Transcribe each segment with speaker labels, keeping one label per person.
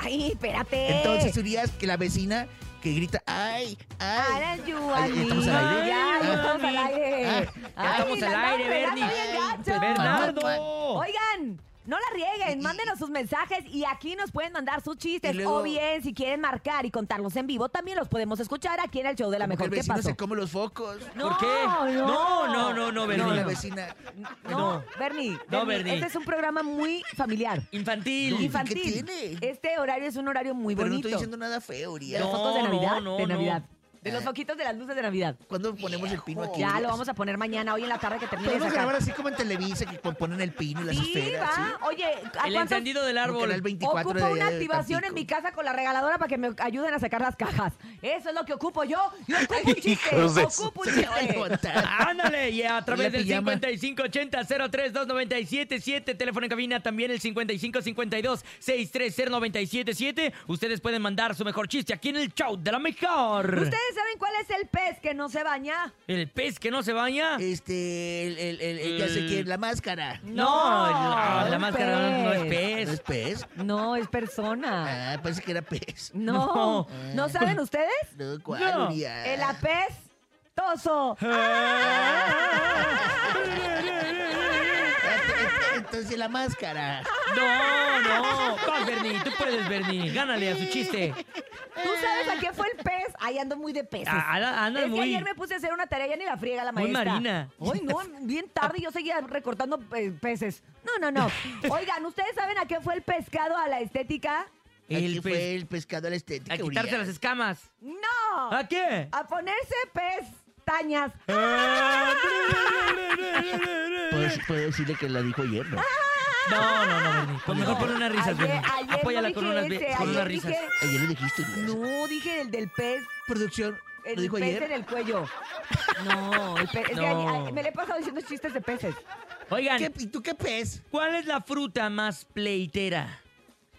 Speaker 1: Ay, espérate.
Speaker 2: Entonces sería que la vecina que grita, ay, ay.
Speaker 1: Ara, Ah, you,
Speaker 2: Ay,
Speaker 1: Ali.
Speaker 2: estamos al aire.
Speaker 1: Ya, ya estamos al
Speaker 2: Ah,
Speaker 1: aire.
Speaker 2: ya
Speaker 1: Ay,
Speaker 3: estamos al
Speaker 1: la
Speaker 3: aire,
Speaker 1: andamos
Speaker 3: Bernie.
Speaker 1: pegando bien gacho.
Speaker 3: Bernardo.
Speaker 1: Oigan, no la rieguen, mándenos sus mensajes y aquí nos pueden mandar sus chistes.
Speaker 2: Y luego-
Speaker 1: o bien, si quieren marcar y contarlos en vivo, también los podemos escuchar aquí en el show de la
Speaker 2: Como que
Speaker 1: mejor.
Speaker 2: el
Speaker 1: ¿Qué
Speaker 2: vecino
Speaker 1: pasó?
Speaker 2: se come los focos.
Speaker 3: ¿Por qué? No, no, no, no,
Speaker 2: No, la
Speaker 3: Bernie.
Speaker 2: vecina.
Speaker 1: No,
Speaker 3: No.
Speaker 1: Bernie,
Speaker 3: No,
Speaker 1: Bernie,
Speaker 3: Bernie.
Speaker 1: Este es un programa muy familiar.
Speaker 3: Infantil.
Speaker 2: Infa-
Speaker 1: Infantil.
Speaker 2: tiene?
Speaker 1: Este horario es un horario muy
Speaker 2: Pero no
Speaker 1: bonito.
Speaker 2: estoy diciendo nada feo,
Speaker 1: de
Speaker 2: Urias.
Speaker 1: los focos de
Speaker 3: No,
Speaker 1: Navidad.
Speaker 3: no,
Speaker 1: de
Speaker 3: no.
Speaker 1: Navidad. De
Speaker 2: Eh.
Speaker 1: los foquitos de las luces de Navidad.
Speaker 2: ¿Cuándo ponemos el pino aquí?
Speaker 1: Ya
Speaker 2: Urias?
Speaker 1: lo vamos a poner mañana, hoy en la tarde que termine de
Speaker 2: Podemos
Speaker 1: sacar.
Speaker 2: grabar así como en Televisa, que ponen el pino y las
Speaker 1: Sí,
Speaker 2: esferas. ¿sí?
Speaker 1: va. Oye, ¿a
Speaker 3: El
Speaker 1: cuántos
Speaker 3: encendido del
Speaker 2: Como Canal
Speaker 3: árbol.
Speaker 2: 24
Speaker 1: Ocupo
Speaker 2: de-
Speaker 1: una
Speaker 2: de
Speaker 1: activación en
Speaker 2: Tampico.
Speaker 1: mi casa con la regaladora para que me ayuden a sacar las cajas. Eso es lo que ocupo yo. Yo ocupo un chiste.
Speaker 4: Hijos de
Speaker 1: ocupo un chiste.
Speaker 3: Ándale, y a través
Speaker 2: La
Speaker 3: del
Speaker 2: pijama.
Speaker 3: 5580-032977, teléfono en cabina, también el 5552-630977. Ustedes pueden mandar su mejor chiste aquí en el show de la mejor.
Speaker 1: ¿Ustedes saben cuál es el pez que no se baña?
Speaker 3: ¿El pez que no se baña?
Speaker 2: Este, el, el, el, el- ya sé
Speaker 3: El-
Speaker 2: quién, la máscara. Ah,
Speaker 3: No, la-
Speaker 1: no
Speaker 3: la
Speaker 1: es
Speaker 3: máscara no- no es
Speaker 1: pez.
Speaker 2: ¿No
Speaker 3: pez.
Speaker 2: es pez?
Speaker 1: No, es persona.
Speaker 2: Ah, pensé que era pez.
Speaker 1: No.
Speaker 3: No.
Speaker 1: ¿No saben ustedes?
Speaker 2: No, ¿cuál,
Speaker 3: No.
Speaker 2: Urias?
Speaker 1: El apes toso. Ah.
Speaker 2: Ah, Entonces la máscara.
Speaker 3: No, no. Vas, Bernie, tú puedes, Bernie. Gánale a su chiste.
Speaker 1: ¿Tú sabes a qué fue el pez? Ahí ando muy de peces.
Speaker 3: Ah, Ana- Ana
Speaker 1: es que
Speaker 3: muy-
Speaker 1: ayer me puse a hacer una tarea, ya ni la friega la
Speaker 3: Muy
Speaker 1: maestra.
Speaker 3: marina.
Speaker 1: Ay, no, bien tarde y yo seguía recortando eh, peces. No, no, no. Oigan, ¿ustedes saben a qué fue el pescado a la estética?
Speaker 2: El
Speaker 3: El
Speaker 2: fue
Speaker 3: pez.
Speaker 2: el pescado a la estética.
Speaker 3: A quitarse las
Speaker 2: Urias.
Speaker 3: escamas.
Speaker 1: ¡No!
Speaker 3: ¿A qué?
Speaker 1: A ponerse pestañas. Pues,
Speaker 2: Puedo, puedo decirle que la dijo ayer, ¿no?
Speaker 3: No, no, no, Bernie. Pues mejor
Speaker 1: No,
Speaker 3: pon unas risas,
Speaker 1: ayer-
Speaker 3: Bernie.
Speaker 1: ayer no
Speaker 3: Apóyala
Speaker 1: dije
Speaker 3: con unas,
Speaker 1: ese,
Speaker 3: con
Speaker 1: ayer
Speaker 3: unas risas.
Speaker 1: dije-
Speaker 2: Ayer lo dijiste, Urias.
Speaker 1: No, dije el del pez.
Speaker 2: Producción,
Speaker 1: El
Speaker 2: lo dijo
Speaker 1: pez en
Speaker 2: ayer.
Speaker 1: el cuello. No, el pez. Es que
Speaker 3: No.
Speaker 1: ay- ay, me le he pasado diciendo chistes de peces.
Speaker 3: Oigan,
Speaker 2: ¿Qué- ¿Y tú qué pez?
Speaker 3: ¿cuál es la fruta más pleitera?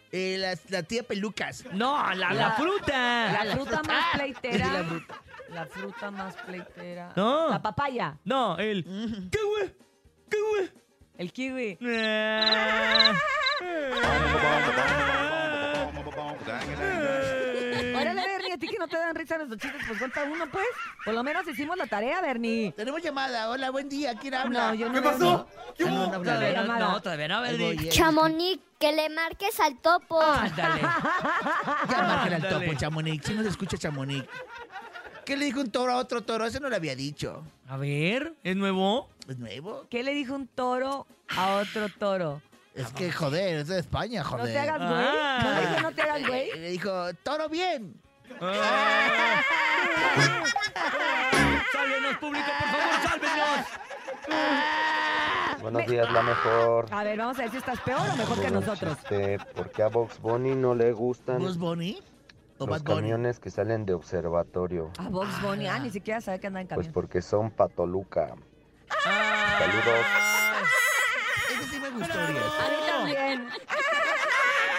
Speaker 2: Eh, la, la tía Pelucas.
Speaker 3: No, la, la,
Speaker 1: La-
Speaker 3: fruta.
Speaker 1: La, fruta más
Speaker 2: Ah,
Speaker 1: pleitera.
Speaker 2: la fruta.
Speaker 1: La fruta más pleitera.
Speaker 3: No.
Speaker 1: La papaya.
Speaker 3: No, el. ¿Qué güey? ¿Qué güey?
Speaker 1: El kiwi.
Speaker 3: Ah.
Speaker 1: Órale, Bernie, a ti que no te dan risa nuestros chistes, pues cuenta uno, pues. Por lo menos hicimos la tarea, Bernie.
Speaker 2: Tenemos llamada. Hola, buen día. ¿Quién habla?
Speaker 1: No, yo no
Speaker 2: ¿Qué
Speaker 1: veo
Speaker 2: pasó? ¿Qué
Speaker 3: No,
Speaker 2: hubo?
Speaker 3: todavía no,
Speaker 1: llamada.
Speaker 3: no, todavía no,
Speaker 2: Ahí voy,
Speaker 3: Bernie.
Speaker 2: eh.
Speaker 5: Chamonix, que le marques al topo.
Speaker 3: Ándale.
Speaker 2: Ya márquenle al
Speaker 3: Ándale.
Speaker 2: topo, Chamonix. Si nos escucha Chamonix. ¿Qué le dijo un toro a otro toro? Eso no lo había dicho.
Speaker 3: A ver, ¿es nuevo?
Speaker 2: ¿Es nuevo?
Speaker 1: ¿Qué le dijo un toro a otro toro?
Speaker 2: Es que, joder, es de España, joder. Eh,
Speaker 1: No te hagas güey.
Speaker 3: Ah.
Speaker 1: No le dije no te hagas güey.
Speaker 2: Le dijo, toro bien.
Speaker 3: Ah. Sálvenos, público, por favor, sálvenos.
Speaker 6: Buenos días, la mejor.
Speaker 1: A ver, vamos a ver si estás peor o ah, mejor que
Speaker 6: Tengo un
Speaker 1: nosotros.
Speaker 6: chiste. ¿Por qué a Box Bunny no le gustan
Speaker 2: ¿Vos Bunny? ¿O
Speaker 6: los
Speaker 2: Bad Bunny?
Speaker 6: camiones que salen de observatorio?
Speaker 1: A Box Bunny, ah, ni siquiera sabe que anda en
Speaker 6: Pues
Speaker 1: camión.
Speaker 6: porque son patoluca.
Speaker 3: Ah.
Speaker 6: Saludos.
Speaker 2: Ese sí me gustó, Urias.
Speaker 1: A mí también.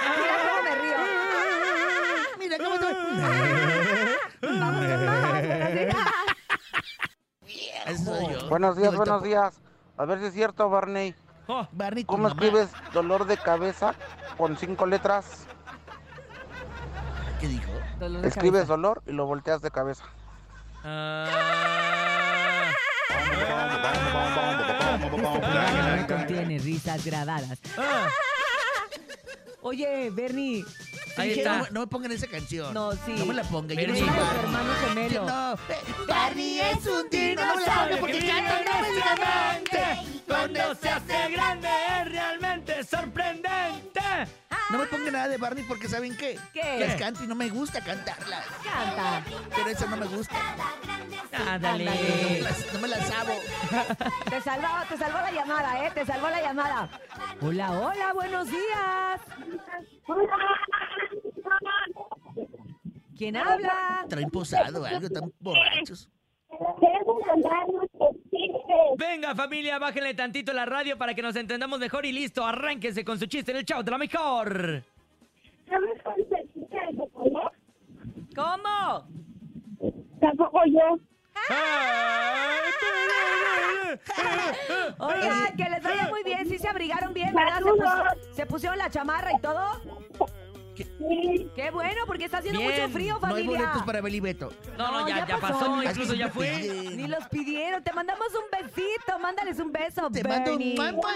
Speaker 1: Mira cómo me río.
Speaker 2: Mira cómo Eso soy yo.
Speaker 7: Buenos días,
Speaker 2: Digo, el
Speaker 7: buenos
Speaker 2: topo.
Speaker 7: días. A ver si es cierto, Barney.
Speaker 3: Oh,
Speaker 2: Barney, tu
Speaker 7: ¿Cómo
Speaker 2: mamá,
Speaker 7: escribes dolor de cabeza con cinco letras?
Speaker 2: ¿Qué dijo?
Speaker 1: Dolor de
Speaker 7: Escribes
Speaker 1: cabeza.
Speaker 7: dolor y lo volteas de cabeza.
Speaker 3: ah.
Speaker 1: No Este contiene risas grabadas.
Speaker 3: Ah.
Speaker 1: Oye, Bernie.
Speaker 3: Ahí
Speaker 2: Dije,
Speaker 3: está.
Speaker 2: No, no me pongan esa canción.
Speaker 1: No, sí.
Speaker 2: No me la pongan. Yo
Speaker 3: Pero
Speaker 2: no
Speaker 3: sí.
Speaker 2: soy
Speaker 1: Era de tu
Speaker 2: Barney.
Speaker 1: hermano
Speaker 2: Yo
Speaker 1: gemelo.
Speaker 2: no. Barney es un dinosaurio porque canta no es
Speaker 3: gigante. Ah. Cuando se hace grande es realmente sorprendente.
Speaker 2: No me pongan nada de Barney porque ¿saben qué?
Speaker 1: ¿Qué?
Speaker 2: Las canto y no me gusta cantarlas.
Speaker 1: Canta.
Speaker 2: Pero eso no me gusta.
Speaker 3: Ah,
Speaker 2: No
Speaker 1: Eh.
Speaker 2: me
Speaker 3: Ándale.
Speaker 2: las, no me las sabo.
Speaker 1: Te salvaba, te salvó la llamada, ¿eh? Te salvó la llamada. Hola, hola, buenos días. ¿Quién habla?
Speaker 2: Traen posado o algo, están borrachos.
Speaker 3: Venga familia, bájenle tantito la radio para que nos entendamos mejor y listo, arránquense con su chiste en el chao de la mejor.
Speaker 1: ¿Cómo?
Speaker 8: Tampoco yo.
Speaker 2: Ah.
Speaker 1: Oigan, que les vaya muy bien, sí se abrigaron bien, ¿verdad? Se, pus- se pusieron la chamarra y todo. Qué bueno, porque está haciendo
Speaker 3: Bien.
Speaker 1: mucho frío,
Speaker 2: No hay
Speaker 1: familia.
Speaker 2: boletos para Beli Beto.
Speaker 3: No, no,
Speaker 1: No,
Speaker 3: ya,
Speaker 1: ya
Speaker 3: ya pasó,
Speaker 1: pasó.
Speaker 3: incluso ya fue.
Speaker 1: Ni los pidieron. Te mandamos un besito. Mándales un beso,
Speaker 2: Te mando un
Speaker 1: Bernie.
Speaker 2: mua, mua,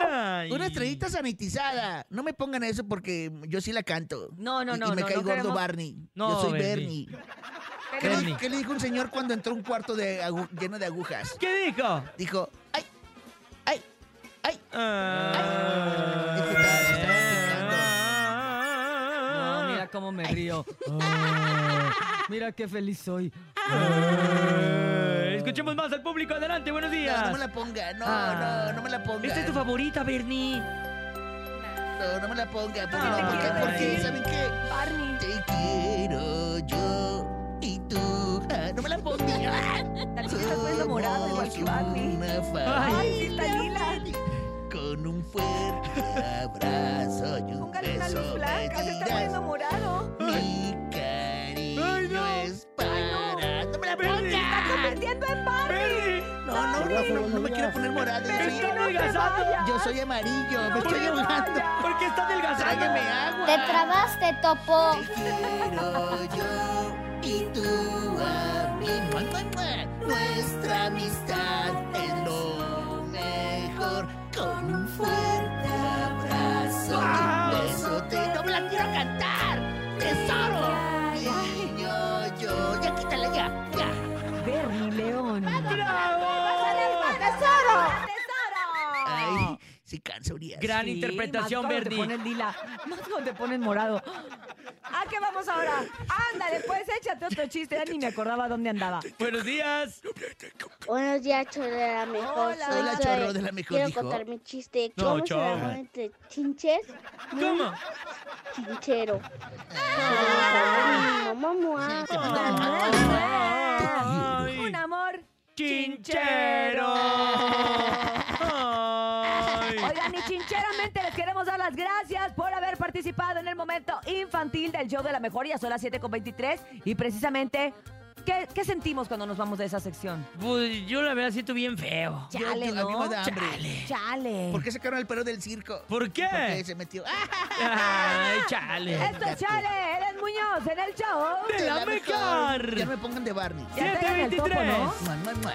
Speaker 2: mua.
Speaker 3: Ay.
Speaker 2: Una estrellita sanitizada. No me pongan eso porque yo sí la canto.
Speaker 3: No, no,
Speaker 2: Y-
Speaker 3: no,
Speaker 2: Y me
Speaker 3: no,
Speaker 2: cae
Speaker 3: no
Speaker 2: gordo
Speaker 3: queremos-
Speaker 2: Barney.
Speaker 3: No,
Speaker 2: yo soy
Speaker 3: Bernie.
Speaker 2: Bernie. ¿Qué,
Speaker 3: Bernie.
Speaker 2: le- qué le dijo un señor cuando entró a un cuarto de agu- lleno de agujas?
Speaker 3: ¿Qué dijo?
Speaker 2: Dijo, ay, ay, ay.
Speaker 3: Ah.
Speaker 2: Es que estaba- se estaba picando.
Speaker 3: Ah.
Speaker 1: No, mira cómo me río.
Speaker 2: Ah.
Speaker 3: mira qué feliz soy. Escuchemos más al público. Adelante, buenos días.
Speaker 2: No, no me la ponga. No,
Speaker 3: Ah.
Speaker 2: no, no me la ponga.
Speaker 3: Esta es tu favorita, Bernie.
Speaker 2: No, no me la ponga. ¿Por qué?
Speaker 3: Ah,
Speaker 2: no? ¿Por qué?
Speaker 3: te
Speaker 2: ¿Por qué?
Speaker 3: quiero
Speaker 2: ¿Saben qué?
Speaker 1: Barney,
Speaker 2: Te quiero yo y tú. Ah, no me la ponga.
Speaker 1: tal vez estás poniendo morado igual que Barney.
Speaker 2: Somos una
Speaker 1: Ay, sí,
Speaker 2: familia
Speaker 1: está lila.
Speaker 2: Con un fuerte abrazo y un
Speaker 1: Póngale una
Speaker 2: beso
Speaker 1: luz blanca. Se
Speaker 2: me
Speaker 1: está
Speaker 2: das.
Speaker 1: poniendo morado.
Speaker 2: Mi cariño
Speaker 3: Ay, no.
Speaker 2: es para...
Speaker 1: Ay,
Speaker 2: no. me la
Speaker 3: Bernie.
Speaker 1: Está
Speaker 2: pongas!
Speaker 1: convirtiendo en Barney.
Speaker 3: ¡Bernie!
Speaker 2: No, no, no, no, no me quiero poner morado. Yo
Speaker 3: Pero
Speaker 2: soy,
Speaker 3: es que
Speaker 1: No
Speaker 3: no-
Speaker 1: te
Speaker 3: Adelgazado.
Speaker 1: vayas.
Speaker 2: yo soy amarillo, me
Speaker 1: te
Speaker 2: estoy ahogando.
Speaker 1: vayas.
Speaker 3: ¿Por qué está
Speaker 2: Tráigame
Speaker 3: adelgazando?
Speaker 2: agua.
Speaker 5: Te trabaste, Topo.
Speaker 2: Te quiero yo y tú a mí. Mua, mua, mua. Nuestra amistad es lo mejor. Con un fuerte abrazo y un beso te... ¡No me la quiero cantar! ¡Tesoro! Niño, yo... Ya quítala, ya, ya.
Speaker 1: Bernie León.
Speaker 3: ¡Bravo!
Speaker 2: Ay, sí cansa Urias.
Speaker 3: Gran
Speaker 1: Sí,
Speaker 3: interpretación,
Speaker 1: más cuando
Speaker 3: Bernie.
Speaker 1: Te ponen lila, más cuando te ponen morado. ¿A qué vamos ahora? Ándale, pues échate otro chiste. Ya ni me acordaba dónde andaba.
Speaker 3: Buenos días.
Speaker 4: Buenos días, chorro de la mejor.
Speaker 1: Hola.
Speaker 4: soy
Speaker 2: Hola,
Speaker 4: Zoe.
Speaker 2: chorro de la mejor,
Speaker 4: Quiero
Speaker 2: dijo.
Speaker 4: contar mi chiste.
Speaker 3: No,
Speaker 4: ¿Cómo se
Speaker 3: chorro.
Speaker 4: llama entre chinches?
Speaker 3: ¿Cómo?
Speaker 4: Chinchero. Mamá, mamá.
Speaker 3: Ay.
Speaker 1: Ah, Un amor.
Speaker 3: ¡Chinchero! Ay.
Speaker 1: Oigan, y chincheramente les queremos dar las gracias por haber participado en el momento infantil del show de la mejor. Ya son las 7.23 y precisamente, ¿qué, qué sentimos cuando nos vamos de esa sección?
Speaker 3: Pues yo la verdad siento bien feo.
Speaker 2: Yo- yo- a mí me da hambre.
Speaker 1: Chale.
Speaker 2: ¿Por qué sacaron al perro del circo?
Speaker 3: ¿Por qué?
Speaker 2: Porque se metió. ¡Ah!
Speaker 3: Ay, chale.
Speaker 1: Esto es Chale, Eres Muñoz en el show.
Speaker 3: De la mejor.
Speaker 2: Ya no me pongan de Barney.
Speaker 1: Ya te hagas el topo, ¿no?
Speaker 3: 723.
Speaker 2: Mua, mua, mua.